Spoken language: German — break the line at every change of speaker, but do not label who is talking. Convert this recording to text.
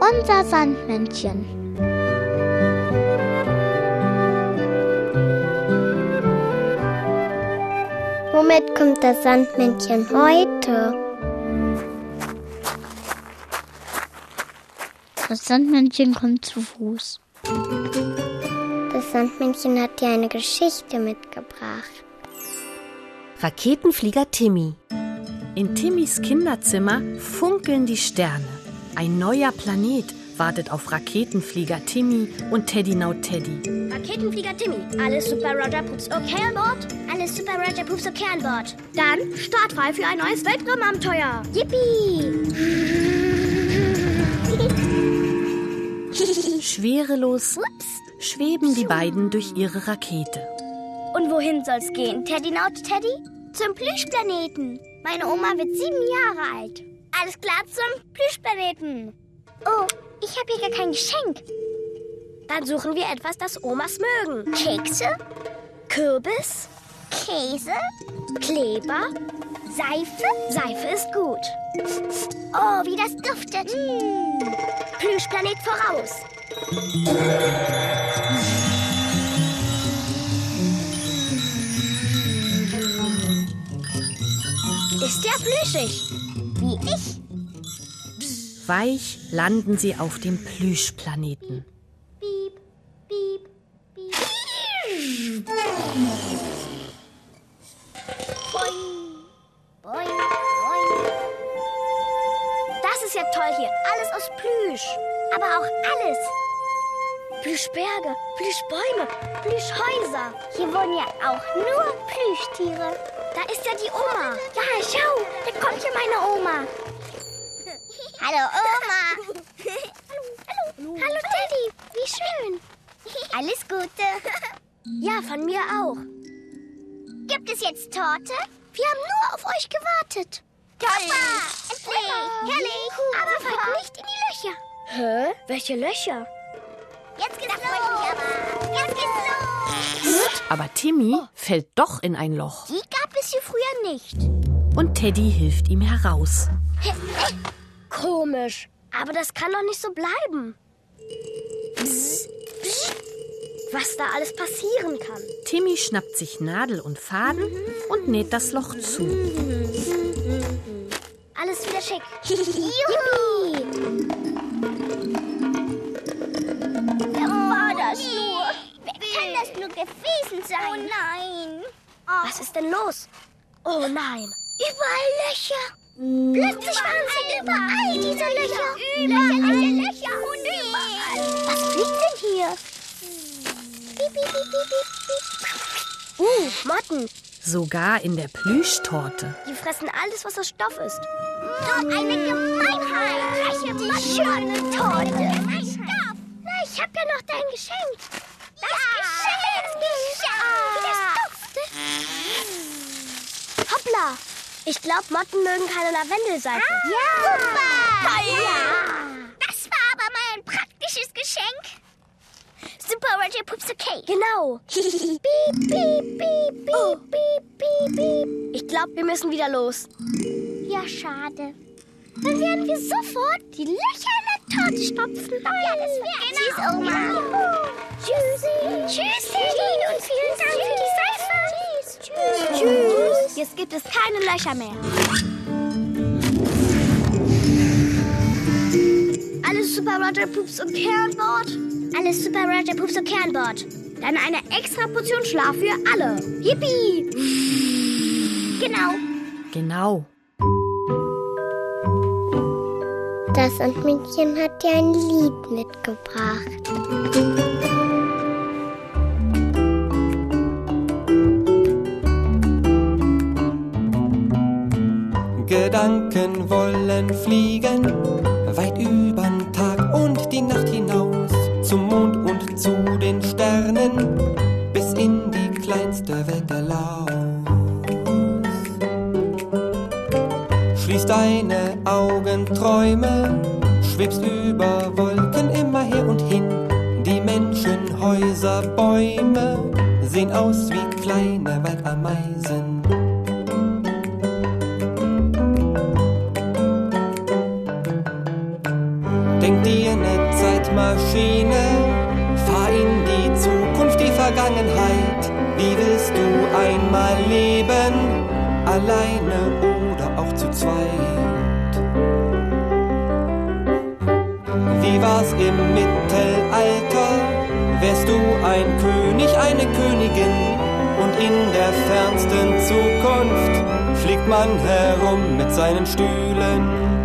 Unser Sandmännchen.
Womit kommt das Sandmännchen heute?
Das Sandmännchen kommt zu Fuß.
Das Sandmännchen hat dir eine Geschichte mitgebracht.
Raketenflieger Timmy. In Timmys Kinderzimmer funkeln die Sterne. Ein neuer Planet wartet auf Raketenflieger Timmy und Teddy Now Teddy.
Raketenflieger Timmy. Alles super Roger Poops okay an Bord?
Alles super, Roger Poops okay an Bord.
Dann startfrei für ein neues Weltraumabenteuer.
Yippie!
Schwerelos schweben die beiden durch ihre Rakete.
Und wohin soll's gehen?
Teddy Naut Teddy? Zum Plüschplaneten. Meine Oma wird sieben Jahre alt. Alles klar zum Plüschplaneten. Oh, ich habe hier gar kein Geschenk.
Dann suchen wir etwas, das Omas mögen.
Kekse?
Kürbis,
Käse?
Kleber,
Seife?
Seife ist gut.
Oh, wie das duftet. Mm.
Plüschplanet voraus. Ist der plüschig?
Wie ich.
Weich landen sie auf dem Plüschplaneten.
Piep, piep, piep. Boing, boing, boing.
Das ist ja toll hier. Alles aus Plüsch.
Aber auch alles.
Plüschberge, Plüschbäume, Plüschhäuser.
Hier wohnen ja auch nur Plüschtiere.
Da ist ja die Oma.
Ja, schau, da kommt hier meine Oma. Hallo Oma. hallo, hallo. Hallo Teddy, wie schön. Alles Gute.
Ja, von mir auch.
Gibt es jetzt Torte? Wir haben nur auf euch gewartet. Toll.
Hm.
Endlich, herrlich. Aber fallt nicht in die Löcher.
Hä? Welche Löcher?
Jetzt geht's los. Jetzt geht's los.
Aber Timmy fällt doch in ein Loch
Die gab es hier früher nicht.
und Teddy hilft ihm heraus.
Komisch. Aber das kann doch nicht so bleiben. Was da alles passieren kann.
Timmy schnappt sich Nadel und Faden und näht das Loch zu.
Alles wieder schick.
Juhu. Wer
Oh,
war das nur? Wer kann das nur gewesen sein? Oh nein.
Was ist denn los? Oh nein.
Überall Löcher. Plötzlich waren sie Mm. überall diese Löcher. Überall Mm. diese Löcher. Und überall. Was fliegt denn hier? Piep, piep, piep, piep, piep, piep.
Uh, Motten.
Sogar in der Plüschtorte.
Die fressen alles, was aus Stoff ist.
Dort eine Gemeinheit. Mm. Die schöne Torte. Na, ich hab ja noch dein Geschenk. Das Geschenk. Das Geschenk. Wie das duftet.
Hoppla. Ich glaube, Motten mögen keine Lavendelseife.
Ja. Super. Ja. Das war aber mal ein praktisches Geschenk. Super Roger Pups okay.
Genau.
Piep, piep, piep, piep, piep, piep, piep.
Ich glaube, wir müssen wieder los.
Ja, schade. Dann werden wir sofort die Löcher in der Torte stopfen. Oh Ja, das wäre genau. Tschüss, Oma. Tschüssi. Tschüss, Teddy. Und vielen Dank für die Seife. Tschüss. Tschüss. Tschüss.
Jetzt gibt es keine Löcher mehr. Alles Super Roger Poops und Kernbord. Alles Super Roger Poops und Kernbord. Dann eine extra Portion Schlaf für alle. Yippie!
Genau.
Genau.
Das Sandmännchen hat dir ein Lied mitgebracht.
Gedanken wollen fliegen, weit übern Tag und die Nacht hinaus, zum Mond und zu den Sternen, bis in die kleinste Welt der Laus. Schließ deine Augen, träume, schwebst über Wolken immer her und hin. Die Menschen, Häuser, Bäume sehen aus wie kleine Waldameisen. Maschine. ne Fahr in die Zukunft, die Vergangenheit. Wie willst du einmal leben? Alleine oder auch zu zweit? Wie war's im Mittelalter? Wärst du ein König, eine Königin? Und in der fernsten Zukunft fliegt man herum mit seinen Stühlen.